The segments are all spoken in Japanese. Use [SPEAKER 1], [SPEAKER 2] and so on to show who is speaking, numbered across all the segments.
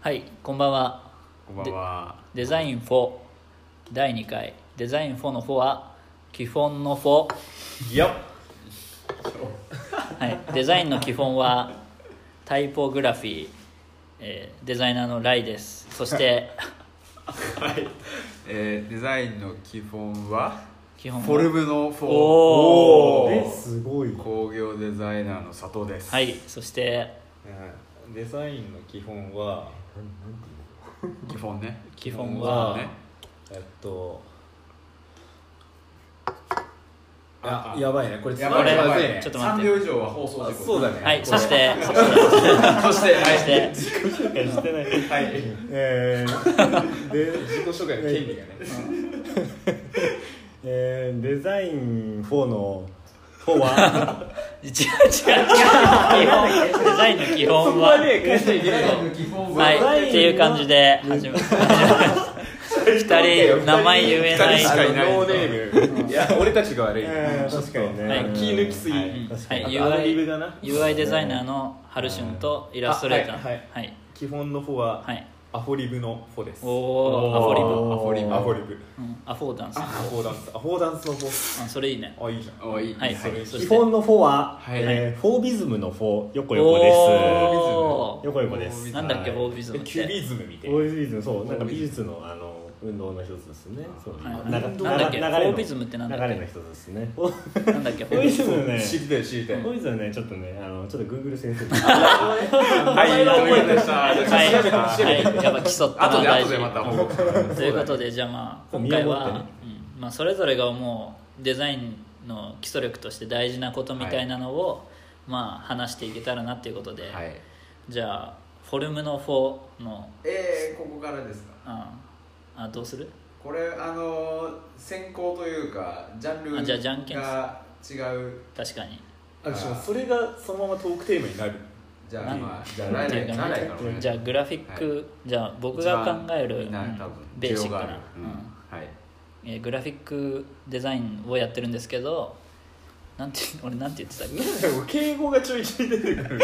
[SPEAKER 1] はいこんばんは
[SPEAKER 2] こんばんは。
[SPEAKER 1] デザイン4第2回デザイン4の4は基本の4、
[SPEAKER 2] よっ。
[SPEAKER 1] はい、デザインの基本はタイポグラフィー、えーデザイナーのライですそして
[SPEAKER 2] はい。えーデザインの基本は
[SPEAKER 1] 基
[SPEAKER 2] フ
[SPEAKER 1] 本は
[SPEAKER 2] ォルムのフォー。
[SPEAKER 1] お
[SPEAKER 2] お
[SPEAKER 3] え
[SPEAKER 2] ー
[SPEAKER 3] すごい
[SPEAKER 2] 工業デザイナーの佐藤です。
[SPEAKER 1] はいそして
[SPEAKER 4] デザインの基本は
[SPEAKER 2] 基本ね。
[SPEAKER 1] 基本
[SPEAKER 4] は
[SPEAKER 1] は
[SPEAKER 2] ね。
[SPEAKER 4] えっと
[SPEAKER 2] あ
[SPEAKER 4] あ
[SPEAKER 2] あ
[SPEAKER 4] やばいねこれつ
[SPEAKER 2] や
[SPEAKER 4] ま
[SPEAKER 2] ば
[SPEAKER 4] んない
[SPEAKER 2] い
[SPEAKER 1] こ
[SPEAKER 2] や
[SPEAKER 1] れ
[SPEAKER 2] ばい
[SPEAKER 1] ちょっと
[SPEAKER 2] 3
[SPEAKER 1] 待って
[SPEAKER 2] 秒以上は放送事故。
[SPEAKER 4] そうだね
[SPEAKER 1] はい
[SPEAKER 4] これ
[SPEAKER 1] そしてそして
[SPEAKER 2] そして、はい。
[SPEAKER 1] そして
[SPEAKER 4] してない
[SPEAKER 2] はい。
[SPEAKER 3] えー、で、
[SPEAKER 4] 自己紹介の権利がね
[SPEAKER 3] えー、デザイン4の4は
[SPEAKER 1] 違う違う違う基本デザインの基本は
[SPEAKER 4] 返しちゃい
[SPEAKER 2] デザインの基本は。
[SPEAKER 1] はいっていう感じで始ま二人名前言えない
[SPEAKER 2] 二人しかいない
[SPEAKER 4] ノーネームいや俺たちが悪い
[SPEAKER 3] えー確かにね、
[SPEAKER 1] はい
[SPEAKER 4] 気抜きすぎ
[SPEAKER 3] は
[SPEAKER 1] うん
[SPEAKER 3] い確かに、
[SPEAKER 1] は
[SPEAKER 4] あ
[SPEAKER 1] い
[SPEAKER 4] とアドリブだな
[SPEAKER 1] UI, UI デザイナーのハルシュンとイラストレーター
[SPEAKER 4] あはい
[SPEAKER 1] はい
[SPEAKER 4] 基本のフォは
[SPEAKER 1] はい
[SPEAKER 4] アフォリブのフォです
[SPEAKER 1] おおアフォリブ
[SPEAKER 3] おー
[SPEAKER 2] アフォリブ。
[SPEAKER 4] アフォリブ
[SPEAKER 1] うんアフォーダンス
[SPEAKER 4] アフォダンスアフォダンスのフォ
[SPEAKER 1] あそれいいね
[SPEAKER 4] あいいじゃん
[SPEAKER 2] おいい。
[SPEAKER 1] はい
[SPEAKER 2] それ
[SPEAKER 1] そ
[SPEAKER 3] 基
[SPEAKER 1] して
[SPEAKER 3] 本の4は、
[SPEAKER 2] はい
[SPEAKER 3] えー、フォービズムの4横横
[SPEAKER 1] お
[SPEAKER 3] です
[SPEAKER 1] おー
[SPEAKER 3] 横横です
[SPEAKER 1] なんだっけフォービズム
[SPEAKER 4] え
[SPEAKER 1] っ
[SPEAKER 4] キュビ
[SPEAKER 1] て
[SPEAKER 4] ズムみたい
[SPEAKER 3] フ
[SPEAKER 4] な
[SPEAKER 3] ォービズムそうなんか美術のあの運動の一つですねそう、
[SPEAKER 1] はいはい
[SPEAKER 3] な
[SPEAKER 1] なんだっけ
[SPEAKER 3] 流れの
[SPEAKER 1] フォービズムってなんだっけ
[SPEAKER 3] 流れの一つですねフォー
[SPEAKER 1] なんだっけフ
[SPEAKER 3] フ
[SPEAKER 1] ォ
[SPEAKER 3] ォー
[SPEAKER 1] ービ
[SPEAKER 3] ビ
[SPEAKER 1] ズ
[SPEAKER 3] ズ
[SPEAKER 1] ム
[SPEAKER 3] ムね
[SPEAKER 4] 知りたい知りたい
[SPEAKER 3] フォービズムねちょっとねあのちょっとグーグル先生に
[SPEAKER 2] はい、ということでした。
[SPEAKER 1] はい、はい、やっぱ基礎っての
[SPEAKER 2] 後
[SPEAKER 1] は
[SPEAKER 2] で、
[SPEAKER 1] 大
[SPEAKER 2] 後
[SPEAKER 1] 事
[SPEAKER 2] でまた報告。
[SPEAKER 1] ということでじゃあまあ今回
[SPEAKER 3] 身をも
[SPEAKER 1] は
[SPEAKER 3] って、
[SPEAKER 1] うんまあ、それぞれが思うデザインの基礎力として大事なことみたいなのを、まあ話していけたらなっていうことで、
[SPEAKER 2] はい。
[SPEAKER 1] じゃあフォルムの4の、
[SPEAKER 2] えー、ここからですか。
[SPEAKER 1] うん、あどうする
[SPEAKER 2] これあのー先行というかジャンル
[SPEAKER 1] あじゃあじゃんけん
[SPEAKER 2] が違う
[SPEAKER 1] 確かに
[SPEAKER 4] あでもそれがそのままトークテーマになる
[SPEAKER 2] じゃ
[SPEAKER 1] な
[SPEAKER 2] あ
[SPEAKER 1] ん
[SPEAKER 2] まあじゃあ
[SPEAKER 1] なん
[SPEAKER 2] 来
[SPEAKER 1] ていう
[SPEAKER 2] 年
[SPEAKER 1] かね
[SPEAKER 2] 来年からお願い
[SPEAKER 1] じゃあグラフィック、
[SPEAKER 2] は
[SPEAKER 1] じゃあ僕が考える、
[SPEAKER 2] 一番み
[SPEAKER 1] うん
[SPEAKER 2] んな多分
[SPEAKER 1] ベーシック
[SPEAKER 2] 需要があ
[SPEAKER 1] な
[SPEAKER 2] る、う
[SPEAKER 1] うんん
[SPEAKER 2] はい
[SPEAKER 1] えーグラフィックデザインをやってるんですけどなんて 俺なんて言ってたっけ
[SPEAKER 4] 敬語がちょいちょい出てくる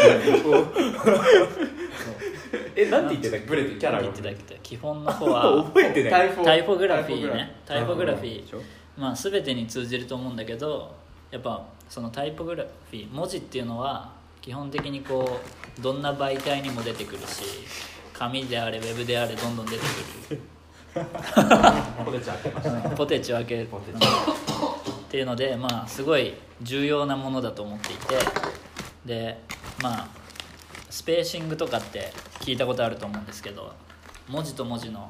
[SPEAKER 4] えなんて言ってたっけ
[SPEAKER 2] ブレてキャラ
[SPEAKER 1] な
[SPEAKER 2] が
[SPEAKER 1] んて言ってたっけ基本の方は
[SPEAKER 4] 覚えてない
[SPEAKER 2] イ
[SPEAKER 1] タイポグラフィーねタイポグラフィー
[SPEAKER 2] でしょ
[SPEAKER 1] まあ、全てに通じると思うんだけどやっぱそのタイポグラフィー文字っていうのは基本的にこうどんな媒体にも出てくるし紙であれウェブであれどんどん出てくる
[SPEAKER 2] ポテチ開けまし
[SPEAKER 1] うん ポテチ分け
[SPEAKER 2] たポテチ
[SPEAKER 1] っていうのでまあすごい重要なものだと思っていてでまあスペーシングとかって聞いたことあると思うんですけど文字と文字の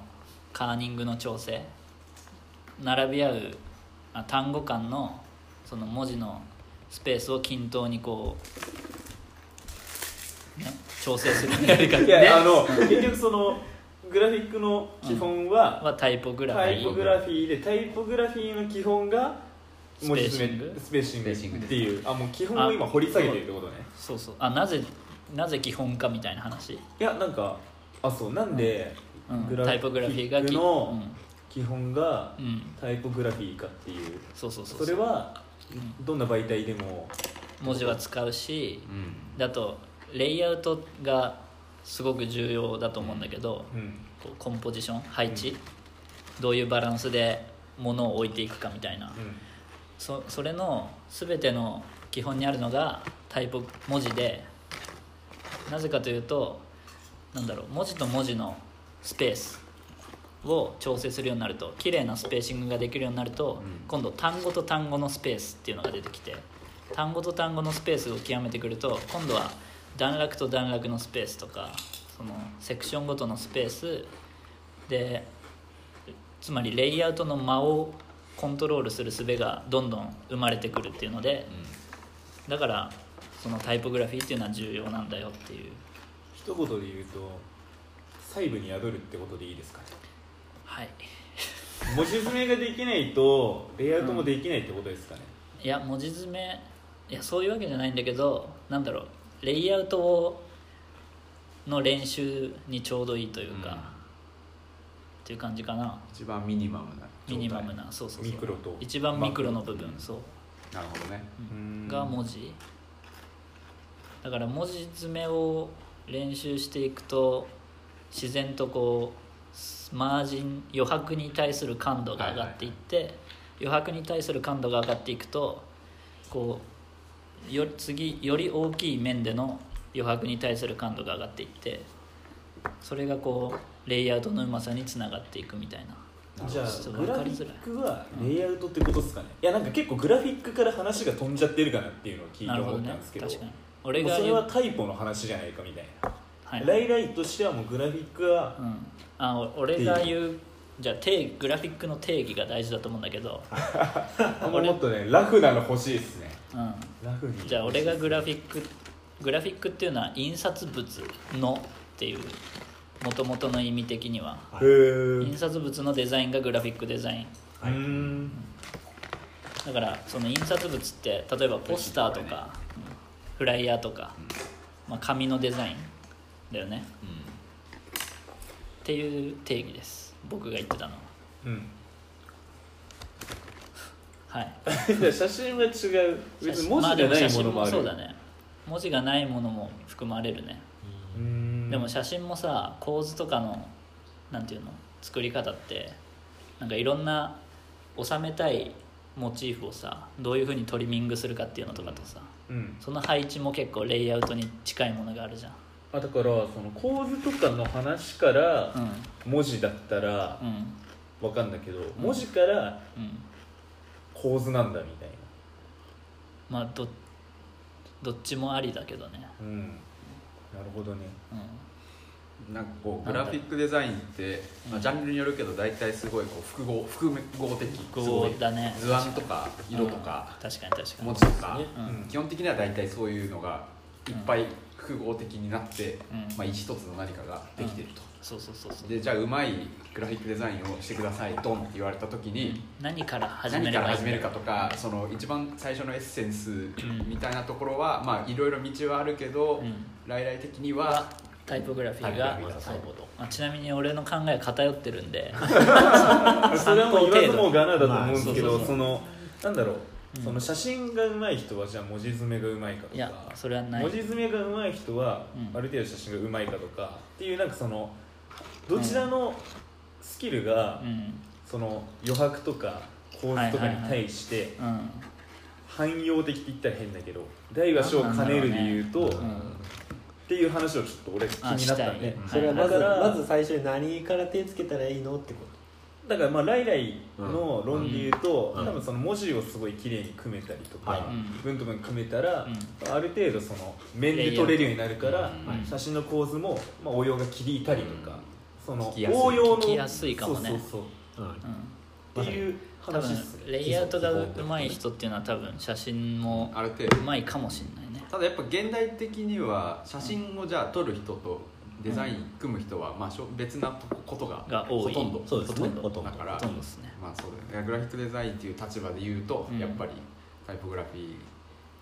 [SPEAKER 1] カーニングの調整並び合うあ単語間のその文字のスペースを均等にこう、ね、調整するやり方
[SPEAKER 4] いやあの結局そのグラフィックの基本は、
[SPEAKER 1] はタイポグラフ
[SPEAKER 4] タ
[SPEAKER 1] ィ
[SPEAKER 4] イポ
[SPEAKER 1] ー
[SPEAKER 4] グラフィーでタイポグラフィーの基本が
[SPEAKER 1] スペーシング
[SPEAKER 4] 文字詰めスペーシ
[SPEAKER 2] ス
[SPEAKER 4] ング
[SPEAKER 2] ペーシングです
[SPEAKER 4] っていうあもう基本を今掘り下げてるってことね
[SPEAKER 1] そうそうあなぜなぜ基本かみたいな話、
[SPEAKER 4] いやなんかあそうなんで、
[SPEAKER 1] うん、タイポグラフィーがき
[SPEAKER 4] の基本が
[SPEAKER 1] うんうん、
[SPEAKER 4] タイポグラフィーかっていう
[SPEAKER 1] そうそうそう
[SPEAKER 4] それはどんな媒体でも
[SPEAKER 1] 文字は使うし
[SPEAKER 2] うん
[SPEAKER 1] だとレイアウトがすごく重要だと思うんだけど、
[SPEAKER 4] うん
[SPEAKER 1] こうコンポジション配置、どういうバランスで物を置いていくかみたいな、そそれの全ての基本にあるのがタイプ文字でなぜかというとなんだろう文字と文字のスペースを調整するようになると綺麗なスペーシングができるようになると、
[SPEAKER 2] うん
[SPEAKER 1] 今度単語と単語のスペースっていうのが出てきて単語と単語のスペースを極めてくると今度は段落と段落のスペースとかそのセクションごとのスペースでつまりレイアウトの間をコントロールする術がどんどん生まれてくるっていうのでだからそのタイポグラフィーっていうのは重要なんだよっていう
[SPEAKER 4] 一言で言うと細部に宿るってことでいいですかね
[SPEAKER 1] はい
[SPEAKER 4] 文字詰めができないとレイアウトもできないってことですかね、
[SPEAKER 1] いや文字詰めいやそういうわけじゃないんだけどなんだろうレイアウトをの練習にちょうどいいというか、
[SPEAKER 2] うん
[SPEAKER 1] っていう感じかな
[SPEAKER 2] 一番ミニマムな
[SPEAKER 1] ミニマムなそうそうそう
[SPEAKER 4] ミクロと
[SPEAKER 1] 一番ミクロの部分、
[SPEAKER 2] マクロ
[SPEAKER 1] そう
[SPEAKER 2] なるほどね
[SPEAKER 4] うん
[SPEAKER 1] が文字だから文字詰めを練習していくと自然とこうマージン余白に対する感度が上がっていって、余白に対する感度が上がっていくとこうよ次より大きい面での余白に対する感度が上がっていってそれがこうレイアウトのうまさにつながっていくみたいな
[SPEAKER 4] はい
[SPEAKER 1] ち
[SPEAKER 4] じ
[SPEAKER 1] ょ
[SPEAKER 4] ゃあ
[SPEAKER 1] っと
[SPEAKER 4] グ
[SPEAKER 1] 分
[SPEAKER 4] ラ
[SPEAKER 1] か
[SPEAKER 4] フ
[SPEAKER 1] り
[SPEAKER 4] ィ
[SPEAKER 1] づらい
[SPEAKER 4] ックはレイアウトってことですかねいやなんか結構グラフィックから話が飛んじゃってるかなっていうのを聞い
[SPEAKER 1] な
[SPEAKER 4] て
[SPEAKER 1] るほ
[SPEAKER 4] 思
[SPEAKER 1] ど
[SPEAKER 4] った
[SPEAKER 1] ね
[SPEAKER 4] んですけど
[SPEAKER 1] 確かに俺
[SPEAKER 4] も
[SPEAKER 1] が
[SPEAKER 4] うそれ
[SPEAKER 1] 言う
[SPEAKER 4] はタイプの話じゃないかみたいな、
[SPEAKER 1] はい
[SPEAKER 4] ライライとしてはもうグラフィックは
[SPEAKER 1] うん、あお俺が言うじゃあ定義グラフィックの定義が大事だと思うんだけど、
[SPEAKER 4] あんまもっとねラフなの欲しいですね
[SPEAKER 1] うん、
[SPEAKER 4] ラフに
[SPEAKER 1] じゃあ俺がグラフィックグラフィックっていうのは印刷物のっていうもともとの意味的には
[SPEAKER 4] へー
[SPEAKER 1] 印刷物のデザインがグラフィックデザイン
[SPEAKER 4] うーん
[SPEAKER 1] だからその印刷物って例えばポスターとかうんフライヤーとか、まあ、紙のデザインだよねっていう定義です僕が言ってたのは
[SPEAKER 4] うん
[SPEAKER 1] はい
[SPEAKER 4] じゃあ写真は違う別に文字
[SPEAKER 1] で
[SPEAKER 4] がないも
[SPEAKER 1] 写
[SPEAKER 4] の
[SPEAKER 1] 真
[SPEAKER 4] もある
[SPEAKER 1] そうだね文字がないものも含まれるね、
[SPEAKER 4] うーん
[SPEAKER 1] でも写真もさ構図とかのなんていうの作り方ってなんかいろんな収めたいモチーフをさどういうふうにトリミングするかっていうのとかとさ
[SPEAKER 4] うん
[SPEAKER 1] その配置も結構レイアウトに近いものがあるじゃん
[SPEAKER 4] あだからその構図とかの話から
[SPEAKER 1] うん
[SPEAKER 4] 文字だったら
[SPEAKER 1] うん
[SPEAKER 4] わかんないけど文字から
[SPEAKER 1] うん
[SPEAKER 4] 構図なんだみたいな
[SPEAKER 1] まあどどっちもありだけどね
[SPEAKER 4] うんなるほどね
[SPEAKER 1] うん
[SPEAKER 2] なんかこ
[SPEAKER 1] な
[SPEAKER 2] う
[SPEAKER 1] ん
[SPEAKER 2] グ
[SPEAKER 1] だ
[SPEAKER 2] ラフィックデザインって、まあ、ジャンルによるけど大体すごいこう複合複合的
[SPEAKER 1] 複合
[SPEAKER 2] すごい
[SPEAKER 1] だね
[SPEAKER 2] 図案とか色とか
[SPEAKER 1] うん確かに確かに
[SPEAKER 2] 文字とか、
[SPEAKER 1] うん
[SPEAKER 4] うん
[SPEAKER 2] 基本的には大体そういうのがいっぱい複合的になって、
[SPEAKER 1] うん
[SPEAKER 2] まあ、一つの何かができてると、
[SPEAKER 1] そうそうそうそう
[SPEAKER 2] でじゃあうまいグラフィックデザインをしてくださいドンって言われた時に、
[SPEAKER 1] 何から始め
[SPEAKER 2] 何
[SPEAKER 1] れ
[SPEAKER 2] から
[SPEAKER 1] ばいい
[SPEAKER 2] 始
[SPEAKER 1] ん
[SPEAKER 2] め
[SPEAKER 1] だ
[SPEAKER 2] るか
[SPEAKER 1] ろう
[SPEAKER 2] とかその一番最初のエッセンスみたいなところは、まあいろいろ道はあるけど、
[SPEAKER 1] うん
[SPEAKER 2] 来々的には
[SPEAKER 1] タイポグラフィー
[SPEAKER 2] タ
[SPEAKER 1] が
[SPEAKER 2] イポグラフィーがそういうこと
[SPEAKER 1] まあちなみに俺の考えは偏ってるんで
[SPEAKER 4] それはもう言わずもがなだと思うんですけ
[SPEAKER 1] まあそうそう
[SPEAKER 4] ど
[SPEAKER 1] そう
[SPEAKER 4] そのなんだろう
[SPEAKER 1] うん
[SPEAKER 4] その写真が上手い人はじゃあ文字詰めが上手いかと
[SPEAKER 1] い
[SPEAKER 4] か
[SPEAKER 1] やそれはない
[SPEAKER 4] 文字詰めが上手い人は
[SPEAKER 1] うん
[SPEAKER 4] ある程度写真が上手いかとかっていうなんかそのどちらのスキルが
[SPEAKER 1] うん
[SPEAKER 4] その余白とか構図とかに対して
[SPEAKER 1] うん
[SPEAKER 4] 汎用的って言ったら変だけど大和小を兼ねるで言うとっ
[SPEAKER 1] うん
[SPEAKER 4] ていう話をちょっと俺気になったんで
[SPEAKER 1] あした
[SPEAKER 3] それはまず
[SPEAKER 4] だから
[SPEAKER 3] まず最初に何から手つけたらいいのってこ
[SPEAKER 4] だからまあライライの論で言うと、
[SPEAKER 2] うん
[SPEAKER 4] 多分その文字をすごい綺麗に組めたりとか、
[SPEAKER 3] はい
[SPEAKER 4] 文と文組めたら、
[SPEAKER 1] う
[SPEAKER 4] ある程度その面で取れるようになるから、
[SPEAKER 2] うん
[SPEAKER 4] 写真の構図も、まあ、応用が切りたりとか、
[SPEAKER 2] うん
[SPEAKER 4] その
[SPEAKER 2] 聞きやすい
[SPEAKER 4] 応用の
[SPEAKER 1] 聞きやすいかもね
[SPEAKER 4] そうそう
[SPEAKER 3] と、うん
[SPEAKER 1] うん
[SPEAKER 4] そうっていう
[SPEAKER 1] 多
[SPEAKER 4] 話
[SPEAKER 1] 分
[SPEAKER 4] ですね
[SPEAKER 1] レイアウトがうまい人っていうのは多分写真も
[SPEAKER 2] ある程度
[SPEAKER 1] うまいかもしれないね
[SPEAKER 2] ただやっぱ現代的には写真をじゃあ撮る人とデザイン組む人はまあしょ別なことが
[SPEAKER 1] が多い
[SPEAKER 2] ほとんど
[SPEAKER 3] そうですね
[SPEAKER 2] ほ
[SPEAKER 3] ほと
[SPEAKER 2] と
[SPEAKER 3] んど
[SPEAKER 2] んどだから
[SPEAKER 1] ほとんどっすね
[SPEAKER 2] まあそうだよねグラフィックデザインっていう立場で言うと
[SPEAKER 1] うん
[SPEAKER 2] やっぱりタイポグラフィ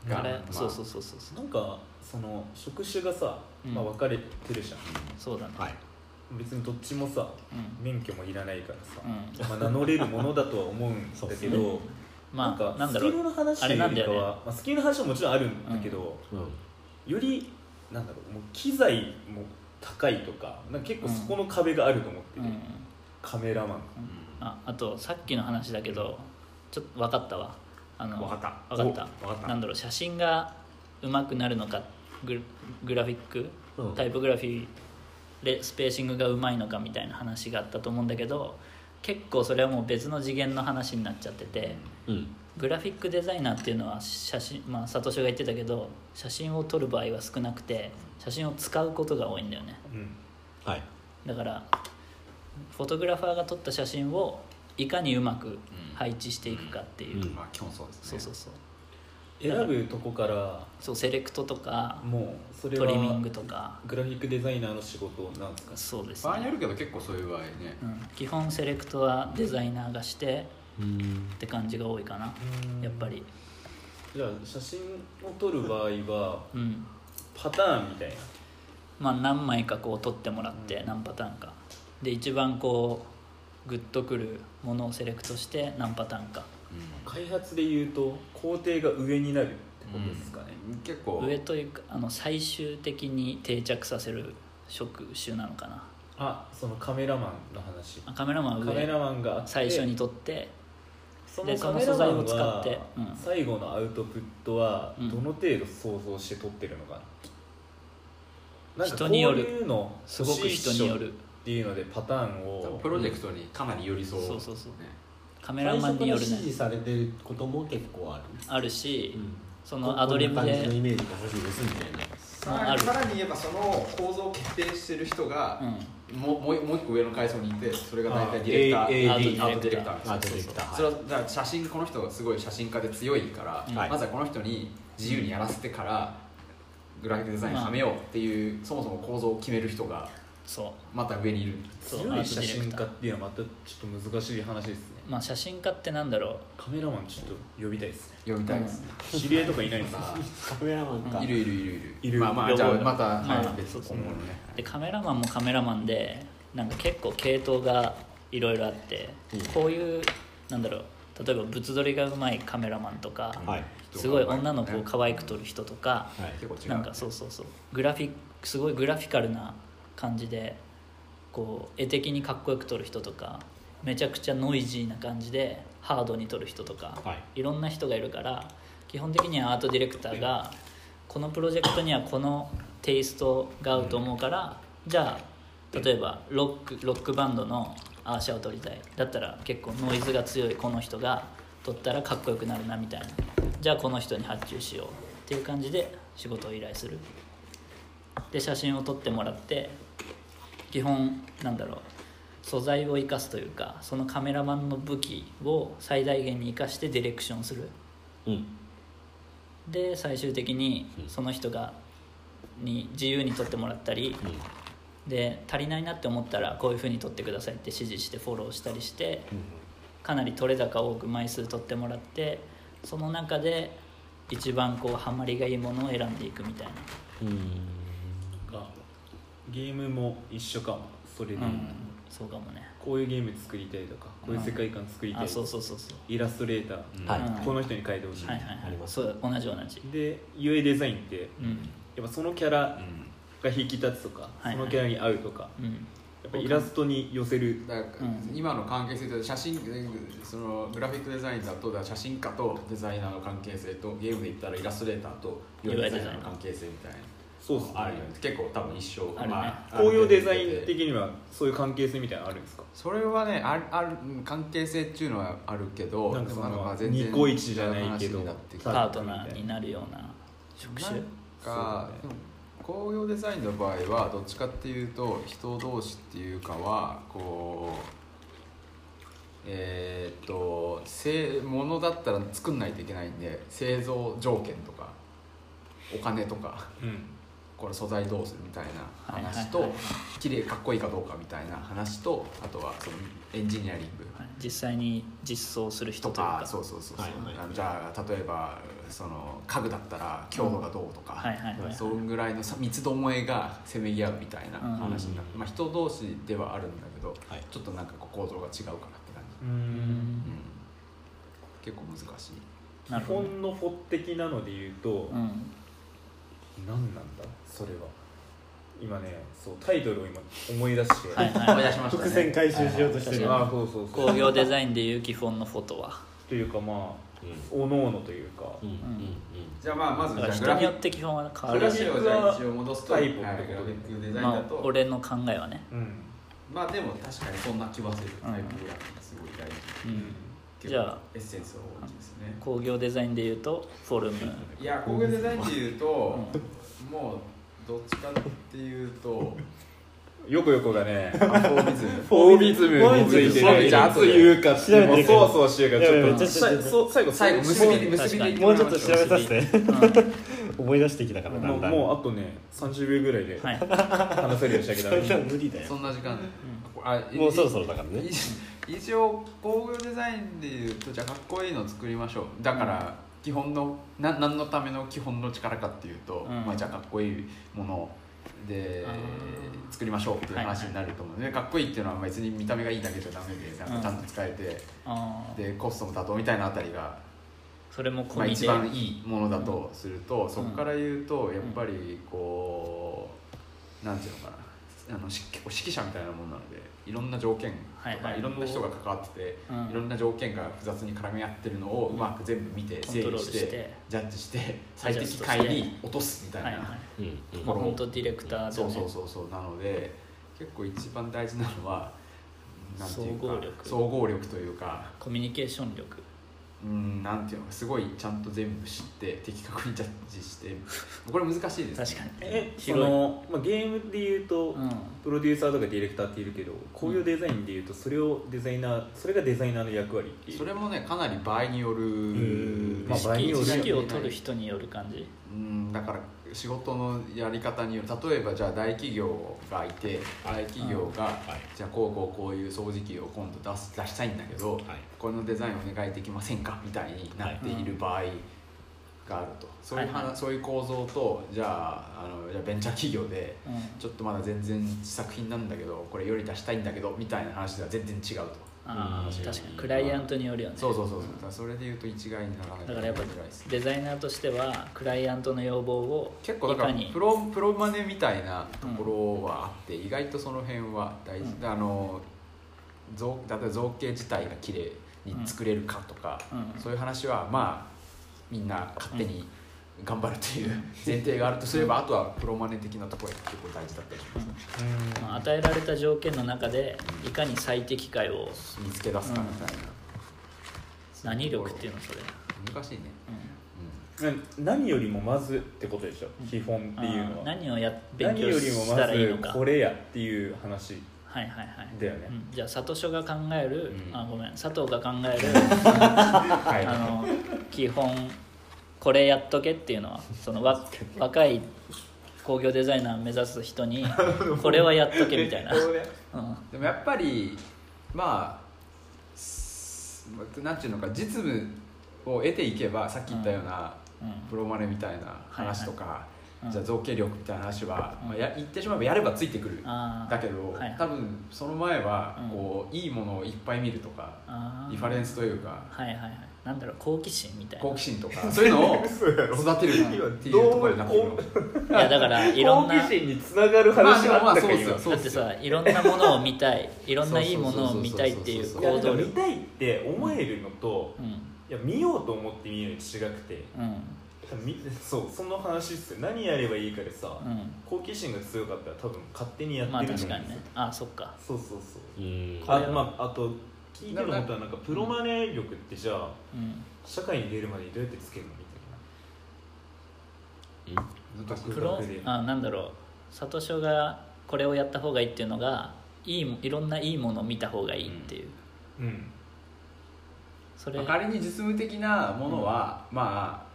[SPEAKER 2] ーが
[SPEAKER 1] あれ
[SPEAKER 2] まあ
[SPEAKER 1] そうそうそうそうそう
[SPEAKER 4] なんかその職種がさ、
[SPEAKER 1] うん
[SPEAKER 4] まあ、分かれてるじゃん、
[SPEAKER 1] そうだね
[SPEAKER 3] はい
[SPEAKER 4] 別にどっちもさ
[SPEAKER 1] うん
[SPEAKER 4] 免許もいらないからさ、
[SPEAKER 1] うん
[SPEAKER 4] まあ、名乗れるものだとは思うんだ け
[SPEAKER 1] そう
[SPEAKER 4] ど、
[SPEAKER 1] まあなんだろ
[SPEAKER 4] スキル
[SPEAKER 1] う
[SPEAKER 4] の話
[SPEAKER 1] あ
[SPEAKER 4] よ
[SPEAKER 1] れ
[SPEAKER 4] り
[SPEAKER 1] なんだ
[SPEAKER 4] か
[SPEAKER 1] よね
[SPEAKER 4] は、まあ、スキルの話ももちろんあるんだけど、よりなんだろうもう機材も高いとかなんか結構そこの壁があると思って
[SPEAKER 1] う
[SPEAKER 4] て、
[SPEAKER 1] ん
[SPEAKER 4] カメラマ
[SPEAKER 2] うん
[SPEAKER 4] ン
[SPEAKER 1] ああとさっきの話だけどちょっと分かったわあの
[SPEAKER 2] わかった
[SPEAKER 1] 分かっ
[SPEAKER 2] おわかった
[SPEAKER 1] たなんだろう写真が上手くなるのかググラフィック、
[SPEAKER 3] うん
[SPEAKER 1] タイポグラフィーでスペーシングが上手いのかみたいな話があったと思うんだけど結構それはもう別の次元の話になっちゃってて
[SPEAKER 3] うん
[SPEAKER 1] グラフィックデザイナーっていうのは写真まあサトシが言ってたけど写真を撮る場合は少なくて写真を使うことが多いんだよね
[SPEAKER 4] うん
[SPEAKER 3] はい
[SPEAKER 1] だからフォトグラファーが撮った写真をいかにうまく配置していくかっていう、
[SPEAKER 3] うん
[SPEAKER 2] まあ基本そうですね
[SPEAKER 1] そうそうそう
[SPEAKER 4] 選ぶとこから
[SPEAKER 1] そうセレクトとか
[SPEAKER 4] もうそれ
[SPEAKER 1] ト
[SPEAKER 4] は
[SPEAKER 1] リミングとか
[SPEAKER 4] グラフィックデザイナーの仕事なんですか
[SPEAKER 1] そうです
[SPEAKER 2] 場合によ
[SPEAKER 1] ね、
[SPEAKER 2] るけど結構そういう場合ね
[SPEAKER 1] うん、基本セレクトはデザイナーがして
[SPEAKER 3] うん
[SPEAKER 1] って感じが多いかな
[SPEAKER 4] うん
[SPEAKER 1] やっぱり
[SPEAKER 4] じゃあ写真を撮る場合は
[SPEAKER 1] うん
[SPEAKER 4] パターンみたいな
[SPEAKER 1] まあ何枚かこう撮ってもらって何パターンかで一番こうグッとくるものをセレクトして何パターンか
[SPEAKER 4] 開発でいうと工程が上になるってことですかね、
[SPEAKER 2] うん結構
[SPEAKER 1] 上というかあの最終的に定着させる職種なのかな
[SPEAKER 4] あそのカメラマンの話
[SPEAKER 1] あカメラマン
[SPEAKER 4] カ
[SPEAKER 1] は
[SPEAKER 4] メ
[SPEAKER 1] 上
[SPEAKER 4] ラマンがあって
[SPEAKER 1] 最初に撮って
[SPEAKER 4] そ
[SPEAKER 1] で
[SPEAKER 4] の
[SPEAKER 1] そ
[SPEAKER 4] カ
[SPEAKER 1] の
[SPEAKER 4] メ
[SPEAKER 1] 素
[SPEAKER 4] ラマ
[SPEAKER 1] 材
[SPEAKER 4] ン
[SPEAKER 1] を使って
[SPEAKER 4] は
[SPEAKER 1] うん
[SPEAKER 4] 最後のアウトプットは
[SPEAKER 1] うん
[SPEAKER 4] どの程度想像して撮ってるのかな,、なんか
[SPEAKER 1] 人による
[SPEAKER 4] こういうの
[SPEAKER 1] すごく人によ
[SPEAKER 4] 欲し
[SPEAKER 1] る
[SPEAKER 4] いっしょっていうのでパターンを
[SPEAKER 2] プロジェクトにかなり寄り添う、
[SPEAKER 1] そうそうそう
[SPEAKER 2] ね
[SPEAKER 1] カメ
[SPEAKER 5] 最
[SPEAKER 1] ラマ
[SPEAKER 5] 初
[SPEAKER 1] ン
[SPEAKER 5] か
[SPEAKER 1] に
[SPEAKER 5] ら
[SPEAKER 1] よる
[SPEAKER 5] 指
[SPEAKER 1] ね
[SPEAKER 5] 示されてることも結構ある、
[SPEAKER 1] あるし、
[SPEAKER 5] うん
[SPEAKER 1] そのアドリブ
[SPEAKER 5] こんな感じのイ
[SPEAKER 1] で、
[SPEAKER 5] メージが欲しいですみたいな
[SPEAKER 2] さ
[SPEAKER 1] あ
[SPEAKER 2] ら
[SPEAKER 1] る
[SPEAKER 2] にさらに言えばその構造を決定してる人が
[SPEAKER 1] う、ん、
[SPEAKER 2] もうもうもう一個上の階層にいてそれが大体ディレクタ
[SPEAKER 4] あ
[SPEAKER 2] ー
[SPEAKER 4] A-
[SPEAKER 2] アー
[SPEAKER 1] AD
[SPEAKER 2] トアートディレクター
[SPEAKER 5] アートディレクター
[SPEAKER 2] それはだから写真この人がすごい写真家で強いから、
[SPEAKER 1] うん
[SPEAKER 2] まずはこの人に自由にやらせてからグラフィックデザインはめようっていう、そもそも構造を決める人が
[SPEAKER 1] そう
[SPEAKER 2] また上にいる
[SPEAKER 1] そう
[SPEAKER 4] 強
[SPEAKER 1] ア
[SPEAKER 4] い
[SPEAKER 1] ート
[SPEAKER 4] 写
[SPEAKER 1] ディレ
[SPEAKER 4] 真
[SPEAKER 1] クター
[SPEAKER 4] 家っていうのはまたちょっと難しい話ですね
[SPEAKER 1] まあ写真家ってなんだろう
[SPEAKER 4] カメラマンちょっと呼びたいですね
[SPEAKER 2] 読みたいですね、
[SPEAKER 4] 知り合いとかいないんですか
[SPEAKER 2] ま
[SPEAKER 5] カメラマン
[SPEAKER 2] あ
[SPEAKER 5] か
[SPEAKER 2] いるいるいるいる
[SPEAKER 4] いる
[SPEAKER 2] まあまあ
[SPEAKER 4] 呼ぼう
[SPEAKER 2] じゃあ
[SPEAKER 4] よ
[SPEAKER 2] また、
[SPEAKER 1] まあ
[SPEAKER 2] はい、別
[SPEAKER 1] そう
[SPEAKER 2] に
[SPEAKER 1] そう
[SPEAKER 2] 今後のね
[SPEAKER 1] でカメラマンもカメラマンでなんか結構系統がいろいろあって、
[SPEAKER 5] うん
[SPEAKER 1] こういうなんだろう例えば物撮りがうまいカメラマンとか、
[SPEAKER 5] はい
[SPEAKER 1] すごい女の子を可愛く撮る人とか、
[SPEAKER 5] はい
[SPEAKER 2] 結構違う
[SPEAKER 1] なんかそうそうそうグラフィックすごいグラフィカルな感じでこう絵的にかっこよく撮る人とかめちゃくちゃノイジーな感じでハードに撮る人とか、、
[SPEAKER 5] はい
[SPEAKER 1] ろんな人がいるから基本的にはアートディレクターがこのプロジェクトにはこのテイストが合うと思うから、じゃあ例えばロックロックバンドのアーシャを撮りたいだったら結構ノイズが強いこの人が撮ったらかっこよくなるなみたいなじゃあこの人に発注しようっていう感じで仕事を依頼するで写真を撮ってもらって基本なんだろう素材を生かすというかそのカメラマンの武器を最大限に生かしてディレクションする
[SPEAKER 5] うん
[SPEAKER 1] で最終的にその人がに自由に撮ってもらったりで足りないなって思ったらこういう風に撮ってくださいって指示してフォローしたりしてかなり撮れ高多く枚数撮ってもらってその中で一番こうハマりがいいものを選んでいくみたいな
[SPEAKER 5] うん
[SPEAKER 4] あゲームも一緒かもそれで、
[SPEAKER 1] うんそうかもね
[SPEAKER 4] こういうゲーム作りたいとかこういう世界観作りたい、
[SPEAKER 1] あそうそうそうそう
[SPEAKER 4] イラストレーター、
[SPEAKER 5] はい
[SPEAKER 1] うん
[SPEAKER 4] この人に書いてほしい、
[SPEAKER 1] はいはい
[SPEAKER 5] あ
[SPEAKER 1] は
[SPEAKER 5] り
[SPEAKER 1] い
[SPEAKER 5] ます
[SPEAKER 1] そう同じ同じ
[SPEAKER 4] で UI デザインって
[SPEAKER 1] うん
[SPEAKER 4] やっぱそのキャラ
[SPEAKER 2] うん
[SPEAKER 4] が引き立つとか、
[SPEAKER 1] はいはい
[SPEAKER 4] そのキャラに合うとか
[SPEAKER 1] うん
[SPEAKER 4] やっぱイラストに寄せる
[SPEAKER 2] だから
[SPEAKER 1] うん
[SPEAKER 2] 今の関係性と写真そのグラフィックデザインだとだから写真家とデザイナーの関係性とゲームで言ったらイラストレーターとデ
[SPEAKER 1] UI
[SPEAKER 2] ザイナーの関係性みたいな
[SPEAKER 4] そうっすね
[SPEAKER 2] あるよね結構多分一生
[SPEAKER 1] あるね
[SPEAKER 4] 紅葉デザイン
[SPEAKER 2] で
[SPEAKER 4] 的にはそういう関係性みたいなのあるんですか
[SPEAKER 2] それはねあるあるうん関係性っていうのはあるけど
[SPEAKER 4] なんかその
[SPEAKER 2] でも
[SPEAKER 4] ニコイチじゃないけど
[SPEAKER 2] 違う話になってきて
[SPEAKER 4] パ
[SPEAKER 1] パー
[SPEAKER 4] ー
[SPEAKER 1] ト
[SPEAKER 4] ト
[SPEAKER 1] ナ
[SPEAKER 4] ナ
[SPEAKER 1] ー
[SPEAKER 4] ー
[SPEAKER 1] に
[SPEAKER 4] に
[SPEAKER 1] なるような職
[SPEAKER 2] な
[SPEAKER 1] 種
[SPEAKER 2] んか、
[SPEAKER 4] そう
[SPEAKER 2] でも工業デザインの場合はどっちかっていうと人同士っていうかはこうえーっと製物だったら作んないといけないんで製造条件とかお金とか
[SPEAKER 4] うん
[SPEAKER 2] これ素材どうするみたいな話
[SPEAKER 1] はい
[SPEAKER 2] と
[SPEAKER 1] はいは
[SPEAKER 2] 綺麗かっこいいかどうかみたいな話とあとはそのエンジニアリング
[SPEAKER 1] 実際に実装する人
[SPEAKER 2] と
[SPEAKER 1] という
[SPEAKER 2] か
[SPEAKER 1] か
[SPEAKER 2] そうそうそうそう、
[SPEAKER 5] はいはい
[SPEAKER 2] あのじゃあ例えばその家具だったら強度がどうとか、
[SPEAKER 1] はいはいはい
[SPEAKER 2] そんぐらいのさ三つどもえがせめぎ合うみたいな話になって、まあ、人同士ではあるんだけど、
[SPEAKER 5] はい
[SPEAKER 2] ちょっとなんかこう構造が違うかなって感
[SPEAKER 4] う
[SPEAKER 1] うん
[SPEAKER 2] じ、うんん、結構難しい
[SPEAKER 1] な
[SPEAKER 4] 基
[SPEAKER 1] るほどね
[SPEAKER 4] 本の法的なので言うと、
[SPEAKER 1] うん
[SPEAKER 4] 何なんだそれは今ねそうタイトルを今思い出して、
[SPEAKER 1] はいはいはい
[SPEAKER 2] ま
[SPEAKER 5] 伏線回収しようとして
[SPEAKER 1] 確
[SPEAKER 5] る
[SPEAKER 1] かに
[SPEAKER 4] ああそうそうそう
[SPEAKER 1] 工業デザインでいう基本のフォトは
[SPEAKER 4] というかまあおのおのというか、
[SPEAKER 5] うんうん
[SPEAKER 2] じゃあまあまず
[SPEAKER 1] だ
[SPEAKER 2] じ
[SPEAKER 1] か
[SPEAKER 2] ゃ
[SPEAKER 1] ら
[SPEAKER 2] あ
[SPEAKER 1] 人によっ
[SPEAKER 2] グ
[SPEAKER 1] て基本は変わ
[SPEAKER 2] ラ
[SPEAKER 1] る
[SPEAKER 2] フィ
[SPEAKER 1] し
[SPEAKER 2] ックをじゃあ一応戻すと
[SPEAKER 4] タイプ
[SPEAKER 2] はい
[SPEAKER 4] って
[SPEAKER 2] グ
[SPEAKER 4] こ
[SPEAKER 2] ラ
[SPEAKER 4] と
[SPEAKER 2] フ
[SPEAKER 4] で
[SPEAKER 2] ィックデザイン
[SPEAKER 1] ま
[SPEAKER 2] だ
[SPEAKER 1] あ
[SPEAKER 2] と、
[SPEAKER 1] 俺の考えはね
[SPEAKER 4] うん
[SPEAKER 2] まあでも確かにそんな気はする
[SPEAKER 1] うん
[SPEAKER 2] タイプがすごい大事
[SPEAKER 1] うん
[SPEAKER 2] 結構
[SPEAKER 1] じゃあ
[SPEAKER 2] エッセンスは大きいですね
[SPEAKER 1] 工業デザインでいうとフォルム
[SPEAKER 2] いや工業デザインでいうと、もうどっちかっていうと
[SPEAKER 4] よこよこがね
[SPEAKER 2] パフォーミズム
[SPEAKER 4] フォーミズムについて
[SPEAKER 2] フォーミズム
[SPEAKER 4] ねいつ言うかってもうそわそわしてるから
[SPEAKER 5] いやい
[SPEAKER 4] ちょ
[SPEAKER 5] や
[SPEAKER 4] っ
[SPEAKER 5] ち
[SPEAKER 4] と
[SPEAKER 5] ょちょ
[SPEAKER 4] さそう最後
[SPEAKER 2] 最後結びに結びに行て
[SPEAKER 5] も
[SPEAKER 2] も
[SPEAKER 5] う
[SPEAKER 2] らい
[SPEAKER 5] ちょ
[SPEAKER 2] ま
[SPEAKER 5] っと
[SPEAKER 2] し
[SPEAKER 5] 調べさせ て思い出してきたからだ
[SPEAKER 4] もうん
[SPEAKER 5] だん
[SPEAKER 4] もうあとね30秒ぐらいで
[SPEAKER 1] はい
[SPEAKER 4] 話せるようにしたけど、
[SPEAKER 5] それじゃ無理だ
[SPEAKER 2] そ
[SPEAKER 5] よ
[SPEAKER 2] んな時間、あ
[SPEAKER 5] もうそろそろだからね
[SPEAKER 2] い一応工業デザインでいうとじゃあかっこいいの作りましょうだから基本のな何のための基本の力かっていうと、
[SPEAKER 1] うん
[SPEAKER 2] まあ、じゃあかっこいいもので
[SPEAKER 1] あー
[SPEAKER 2] 作りましょうっていう話になると思うので、かっこいいっていうのは別に見た目がいいだけじゃダメでなんかちゃんと使えて、
[SPEAKER 1] あー
[SPEAKER 2] でコストも妥当みたいなあたりが
[SPEAKER 1] それも
[SPEAKER 2] ま
[SPEAKER 1] 込
[SPEAKER 2] あ、
[SPEAKER 1] み
[SPEAKER 2] 一
[SPEAKER 1] で
[SPEAKER 2] 番いいものだとすると、そこから言うとやっぱりこう、なんていうのかなあのし結構指揮者みたいなものなのでいろんな条件とか、
[SPEAKER 1] はいいはい
[SPEAKER 2] ろんな人が関わってて、
[SPEAKER 1] うん
[SPEAKER 2] いろんな条件が複雑に絡み合ってるのをうまく全部見て
[SPEAKER 1] コン
[SPEAKER 2] 整
[SPEAKER 1] トロー
[SPEAKER 2] 理
[SPEAKER 1] ル
[SPEAKER 2] して
[SPEAKER 1] して
[SPEAKER 2] ジャッジして
[SPEAKER 1] ジャ
[SPEAKER 2] 最
[SPEAKER 1] ッジ
[SPEAKER 2] 適
[SPEAKER 1] して
[SPEAKER 2] 解に落とすみたいな、
[SPEAKER 1] はいはい
[SPEAKER 5] うんうん
[SPEAKER 1] まあ本当ディレクターで
[SPEAKER 2] そ
[SPEAKER 1] ね
[SPEAKER 2] うそうそうそうなので結構一番大事なのはなんていうか
[SPEAKER 1] 総合力
[SPEAKER 2] 総合力というか
[SPEAKER 1] コミュニケーション力
[SPEAKER 2] うんなんていうのかすごいちゃんと全部知って的確にジャッジしてこれ難しいです、ね、
[SPEAKER 1] 確かに
[SPEAKER 4] えそ
[SPEAKER 1] 広い
[SPEAKER 4] の、まあ、ゲームでいうと、
[SPEAKER 1] うん
[SPEAKER 4] プロデューサーとかディレクターっているけどこういうデザインでいうとそれをデザイナーそれがデザイナーの役割っていう
[SPEAKER 2] それもねかなり場合による
[SPEAKER 4] ん
[SPEAKER 1] まあ、
[SPEAKER 4] まあ場合
[SPEAKER 1] 指
[SPEAKER 4] によるよね
[SPEAKER 1] 揮を取る人による感じ
[SPEAKER 2] うんだから仕事のやり方による例えばじゃあ大企業がいて大企業が、じゃあこうこうこういう掃除機を今度出す出したいんだけど、
[SPEAKER 5] はい
[SPEAKER 2] このデザインお願いできませんかみたいになっている場合があると、そういう話、
[SPEAKER 1] はいはい
[SPEAKER 2] そういう構造とじゃああのじゃあベンチャー企業で
[SPEAKER 1] うん
[SPEAKER 2] ちょっとまだ全然試作品なんだけどこれより出したいんだけどみたいな話では全然違うと
[SPEAKER 1] あ
[SPEAKER 5] うん
[SPEAKER 1] ー確かにクライアントによるよね
[SPEAKER 2] そうそうそうそうだからそれで言うと一概にならない
[SPEAKER 1] だからやっぱ
[SPEAKER 2] 難しいですね
[SPEAKER 1] デザイナーとしてはクライアントの要望をい
[SPEAKER 2] 結構だから
[SPEAKER 1] かに
[SPEAKER 2] プロプロマネみたいなところはあって、意外とその辺は大事、
[SPEAKER 1] うん
[SPEAKER 2] あの造例えば造形自体が綺麗に作れるかとか、
[SPEAKER 1] うん
[SPEAKER 2] そういう話はまあみんな勝手に頑張るという前提があるとすれば、あとはプロマネ的なところが結構大事だったりしますね、
[SPEAKER 1] まあ与えられた条件の中でいかに最適解を
[SPEAKER 2] 見つけ出すかみたいな、
[SPEAKER 1] 何力っていうのそれ、
[SPEAKER 2] 難しいね、
[SPEAKER 4] な何よりもまずってことでしょ基本ってい
[SPEAKER 1] う
[SPEAKER 4] う
[SPEAKER 1] ん
[SPEAKER 4] のは
[SPEAKER 1] 何をや勉
[SPEAKER 4] 何
[SPEAKER 1] 強
[SPEAKER 4] よりも
[SPEAKER 1] した
[SPEAKER 4] ま
[SPEAKER 1] らいいの
[SPEAKER 4] ず
[SPEAKER 1] か
[SPEAKER 4] これやっていう話
[SPEAKER 1] はいはいはい
[SPEAKER 4] だよね
[SPEAKER 1] うんじゃあ里書が考える、
[SPEAKER 2] うん
[SPEAKER 1] あごめん佐藤が考え る
[SPEAKER 2] はい
[SPEAKER 1] あの基本これやっとけっていうのはそのわ若い工業デザイナー目指す人 にこれはやっとけみたいな、
[SPEAKER 2] これ
[SPEAKER 1] うん
[SPEAKER 2] でもやっぱりまあすなんていうのか実務を得ていけばさっき言ったような
[SPEAKER 1] うん
[SPEAKER 2] プロマネみたいな話とか、
[SPEAKER 1] うん
[SPEAKER 2] じゃあ造形力みたいな話は、
[SPEAKER 1] うん
[SPEAKER 2] まあ、や言ってしまえばやればついてくる
[SPEAKER 1] あー
[SPEAKER 2] だけど、
[SPEAKER 1] はいはい
[SPEAKER 2] 多分その前は
[SPEAKER 1] うん
[SPEAKER 2] こう、いいものをいっぱい見るとか
[SPEAKER 1] あー
[SPEAKER 2] リファレンスというか
[SPEAKER 1] はいはいはいなんだろう好奇心みたい
[SPEAKER 2] 好奇心とかそういうのを育てるっていうところになってくる
[SPEAKER 1] ないやだからいろんな
[SPEAKER 4] 好奇心につながる
[SPEAKER 2] まあ
[SPEAKER 4] 話
[SPEAKER 2] でも
[SPEAKER 4] が
[SPEAKER 2] ま
[SPEAKER 4] あっ
[SPEAKER 2] あ
[SPEAKER 4] た
[SPEAKER 2] そ
[SPEAKER 4] か
[SPEAKER 2] う
[SPEAKER 4] ら
[SPEAKER 2] です
[SPEAKER 4] 今
[SPEAKER 2] よ
[SPEAKER 4] い
[SPEAKER 1] だ
[SPEAKER 2] そう
[SPEAKER 1] っ
[SPEAKER 2] で
[SPEAKER 1] て
[SPEAKER 2] すよ
[SPEAKER 1] さいろんなものを見た いいろんないいものを見たいっていう
[SPEAKER 2] そう
[SPEAKER 4] や
[SPEAKER 1] 行動
[SPEAKER 4] なんか見
[SPEAKER 1] 力
[SPEAKER 4] たいって思えるのと
[SPEAKER 1] うん
[SPEAKER 4] いや見ようと思って見るのと違くて
[SPEAKER 1] うん
[SPEAKER 4] みそうその話っすよ何やればいいかでさ、
[SPEAKER 1] うん
[SPEAKER 4] 好奇心が強かったら多分勝手にやって
[SPEAKER 1] まあ
[SPEAKER 4] ると
[SPEAKER 1] 確か
[SPEAKER 4] 思うん
[SPEAKER 1] に
[SPEAKER 4] で
[SPEAKER 1] ね
[SPEAKER 4] すよ
[SPEAKER 1] あそっか
[SPEAKER 4] そうそうそう
[SPEAKER 5] うん
[SPEAKER 1] これ
[SPEAKER 4] あ
[SPEAKER 1] は
[SPEAKER 4] まああと聞いてることはなんかプロマネ力ってじゃあ
[SPEAKER 1] うん
[SPEAKER 4] 社会に出るまでにどうやってつけるのみたいな
[SPEAKER 1] プロ
[SPEAKER 4] 独学で
[SPEAKER 1] あなんだろうサトショがこれをやった方がいいっていうのがいいもいろんないいものを見た方がいいっていう、
[SPEAKER 4] うん
[SPEAKER 1] それ
[SPEAKER 2] まあ仮に実務的なものは、ま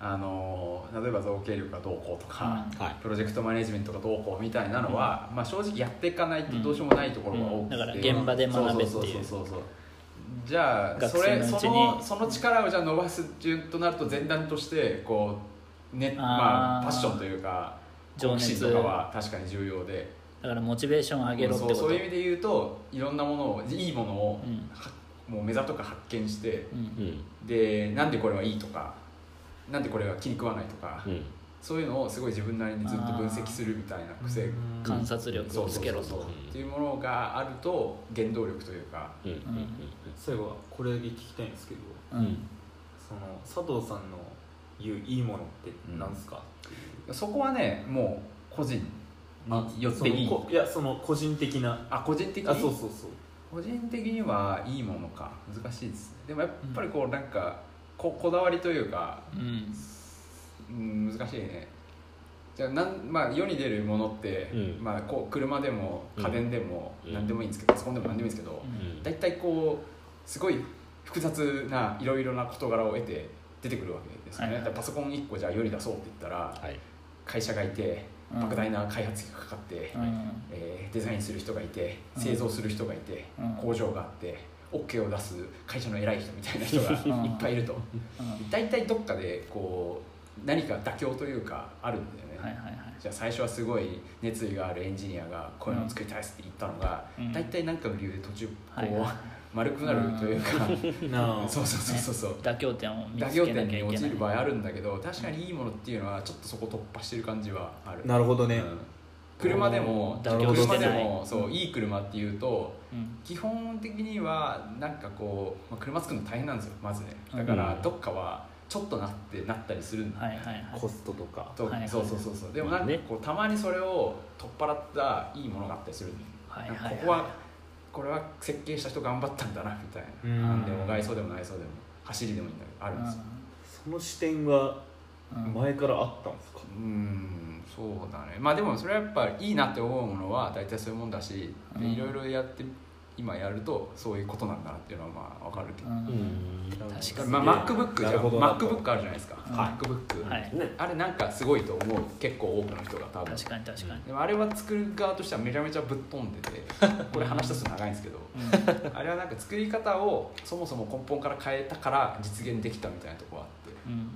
[SPEAKER 2] ああの例えば造形力がどうこうとか、
[SPEAKER 5] はい
[SPEAKER 2] プロジェクトマネジメントがどうこうみたいなのは、まあ、正直やっていかないとどうしようもないところが多くて、
[SPEAKER 1] うんだから現場で学べっていう
[SPEAKER 2] そうそうそうそうそうじゃあそ
[SPEAKER 1] 学生
[SPEAKER 2] れ
[SPEAKER 1] のうちに
[SPEAKER 2] そのその力をじゃあ伸ばす順となると前段としてこう、ね
[SPEAKER 1] あー
[SPEAKER 2] まあ、パッションというか
[SPEAKER 1] 情熱
[SPEAKER 2] 好奇心とかは確かに重要で
[SPEAKER 1] だからモチベーションを上げろってこ
[SPEAKER 2] そう
[SPEAKER 1] と
[SPEAKER 2] そういう意味で言うといろんなものをいいものを、
[SPEAKER 1] うん
[SPEAKER 2] はもう目ざとか発見して
[SPEAKER 1] うん
[SPEAKER 5] うん
[SPEAKER 2] でなんでこれはいいとかなんでこれは気に食わないとか、
[SPEAKER 5] うん
[SPEAKER 2] そういうのをすごい自分なりにずっと分析するみたいな癖
[SPEAKER 1] 観察力
[SPEAKER 2] そ
[SPEAKER 1] を
[SPEAKER 2] うそ
[SPEAKER 1] つ
[SPEAKER 2] う
[SPEAKER 1] け
[SPEAKER 2] そ
[SPEAKER 1] ろ
[SPEAKER 2] うそう
[SPEAKER 1] と
[SPEAKER 2] っていうものがあると原動力というか
[SPEAKER 5] うんうん
[SPEAKER 4] 最後はこれだけ聞きたいんですけど
[SPEAKER 1] う
[SPEAKER 5] うんん
[SPEAKER 4] その佐藤さんの言ういいものって何すか、
[SPEAKER 2] そこはねもう個人
[SPEAKER 4] あ
[SPEAKER 2] によっていい
[SPEAKER 4] そのこいやその個人的な
[SPEAKER 2] あ個人的に
[SPEAKER 4] あそうそうそう
[SPEAKER 2] 個人的にはいいものか難しいですねでもやっぱりこうなんかここだわりというか
[SPEAKER 1] うん
[SPEAKER 2] うん難しいねじゃあなん、まあ、世に出るものって、
[SPEAKER 5] うん
[SPEAKER 2] まあ、こう車でも家電でも
[SPEAKER 5] うん
[SPEAKER 2] 何でもいいんですけど、パソコンでも何でもいいんですけど、
[SPEAKER 5] うん
[SPEAKER 2] 大体こうすごい複雑ないろいろな事柄を得て出てくるわけですよね、
[SPEAKER 1] はいはい
[SPEAKER 2] だからパソコン1個じゃあ世に出そうって言ったら、
[SPEAKER 5] はい
[SPEAKER 2] 会社がいて
[SPEAKER 1] うん
[SPEAKER 2] 莫大な開発費がかかって、
[SPEAKER 1] うん
[SPEAKER 2] えーデザインする人がいて
[SPEAKER 1] うん
[SPEAKER 2] 製造する人がいて、
[SPEAKER 1] うん
[SPEAKER 2] 工場があって OK を出す会社の偉い人みたいな人が
[SPEAKER 1] うん
[SPEAKER 2] いっぱいいると
[SPEAKER 1] うん
[SPEAKER 2] 大体どっかでこう何か妥協というかあるんだよね、
[SPEAKER 1] はいはいはい
[SPEAKER 2] じゃあ最初はすごい熱意があるエンジニアがこういうのを作りたいっすって言ったのが、
[SPEAKER 1] うん
[SPEAKER 2] 大体何かの理由で途中こう、
[SPEAKER 1] はいはい
[SPEAKER 2] 丸くなるというか、
[SPEAKER 4] なあ
[SPEAKER 2] そうそうそうそうそう、
[SPEAKER 1] 妥協点を見
[SPEAKER 2] 妥
[SPEAKER 1] つ
[SPEAKER 2] 協
[SPEAKER 1] け
[SPEAKER 2] 点
[SPEAKER 1] なきゃ
[SPEAKER 2] に
[SPEAKER 1] いけな
[SPEAKER 2] 陥
[SPEAKER 1] い
[SPEAKER 2] る場合あるんだけど確かにいいものっていうのはちょっとそこ突破してる感じはある
[SPEAKER 4] なるほど
[SPEAKER 2] ほ
[SPEAKER 4] ね、
[SPEAKER 2] うん車でも
[SPEAKER 1] 妥協して
[SPEAKER 2] 車
[SPEAKER 1] ない
[SPEAKER 2] でもそういい車っていうと
[SPEAKER 1] うん
[SPEAKER 2] 基本的にはなんかこう、まあ、車作るの大変なんですよまずねだから
[SPEAKER 5] うん
[SPEAKER 2] どっかはちょっとなってなったりするんで、
[SPEAKER 1] はいはいはい
[SPEAKER 4] コストとか
[SPEAKER 2] と
[SPEAKER 1] はいはい
[SPEAKER 2] そうそうそうそうでもなんか
[SPEAKER 5] ね
[SPEAKER 2] こうたまにそれを取っ払ったいいものがあったりするんで
[SPEAKER 1] はい
[SPEAKER 2] なん
[SPEAKER 1] は
[SPEAKER 2] か
[SPEAKER 1] い
[SPEAKER 2] ここはこれは設計した人頑張ったんだなみたいな、
[SPEAKER 1] うん
[SPEAKER 2] でも外装でも内装でも走りでもいいんだけどあるんですよ
[SPEAKER 4] その視点は
[SPEAKER 1] うん
[SPEAKER 4] 前からあったんですか、
[SPEAKER 2] うんそうだねまあでもそれはやっぱいいなって思うものは大体そういうもんだしで
[SPEAKER 1] うん
[SPEAKER 2] いろいろやって今やるとそういうことなんだなっていうのはまあ分かるけど、
[SPEAKER 1] うん
[SPEAKER 5] うん
[SPEAKER 1] 確かに
[SPEAKER 2] まあ、MacBook じゃ
[SPEAKER 4] なんるほどな
[SPEAKER 2] MacBook あるじゃないですか、
[SPEAKER 1] うん
[SPEAKER 2] マッ MacBook、
[SPEAKER 1] はい
[SPEAKER 5] ね
[SPEAKER 2] あれなんかすごいと思う結構多くの人が多分
[SPEAKER 1] 確かに確かに
[SPEAKER 2] でもあれは作る側としてはめちゃめちゃぶっ飛んで てこれ話すと長いんですけど
[SPEAKER 1] うん
[SPEAKER 2] あれはなんか作り方をそもそも根本から変えたから実現できたみたいなとこあって
[SPEAKER 1] うん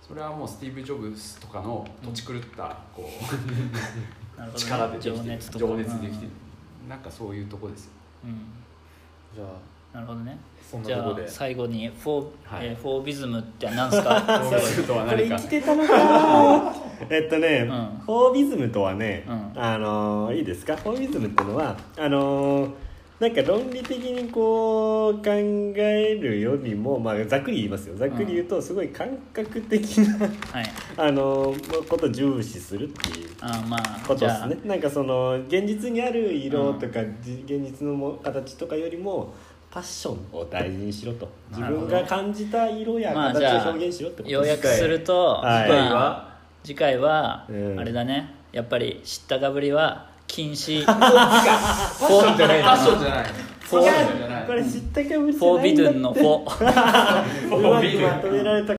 [SPEAKER 2] それはもうスティーブ・ジョブズとかの土地狂ったこう、
[SPEAKER 1] なるほどね
[SPEAKER 2] 力でできてる
[SPEAKER 1] 情熱とか
[SPEAKER 2] 情熱でできてる、なんかそういうとこですよ
[SPEAKER 1] うんうん
[SPEAKER 4] じゃあ
[SPEAKER 1] なるほどね
[SPEAKER 4] そん
[SPEAKER 1] じ
[SPEAKER 4] なと
[SPEAKER 1] ゃあ
[SPEAKER 4] こで
[SPEAKER 1] 最後にフォー、
[SPEAKER 2] はい
[SPEAKER 1] えーフォービズムって何です か
[SPEAKER 2] そういうとは何か
[SPEAKER 5] てたのかえっとね、
[SPEAKER 1] うん
[SPEAKER 5] フォービズムとはね、
[SPEAKER 1] うん
[SPEAKER 5] あのーいいですかフォービズムってのはあのーなんか論理的にこう考えるよりも、まあ、ざっくり言いますよざっくり言うとすごい感覚的な、
[SPEAKER 1] はい
[SPEAKER 5] あのーことを重視するっていう
[SPEAKER 1] あーま
[SPEAKER 5] こ
[SPEAKER 1] あ
[SPEAKER 5] と
[SPEAKER 1] じ
[SPEAKER 5] で
[SPEAKER 1] ゃ
[SPEAKER 5] す
[SPEAKER 1] あ
[SPEAKER 5] ねなんかその現実にある色とか、じ現実のも形とかよりもパッションを大事にしろと自
[SPEAKER 1] なるほど
[SPEAKER 5] 分が感じた色や
[SPEAKER 1] まあじゃ
[SPEAKER 5] 形
[SPEAKER 1] あ
[SPEAKER 5] を表現しろってこと
[SPEAKER 1] 要約すると、
[SPEAKER 5] はい
[SPEAKER 1] まあ
[SPEAKER 5] 次回
[SPEAKER 4] は
[SPEAKER 1] 次回は
[SPEAKER 5] うん
[SPEAKER 1] あれだねやっぱり知ったかぶりは禁止
[SPEAKER 2] パッションじゃないパッションじゃない
[SPEAKER 5] これ知ったかぶりじゃ
[SPEAKER 1] フォー
[SPEAKER 5] ない
[SPEAKER 1] ビ
[SPEAKER 5] んだ
[SPEAKER 1] ド
[SPEAKER 5] っ
[SPEAKER 1] ゥ
[SPEAKER 5] て
[SPEAKER 1] ンのフォー
[SPEAKER 5] うまくまとめられた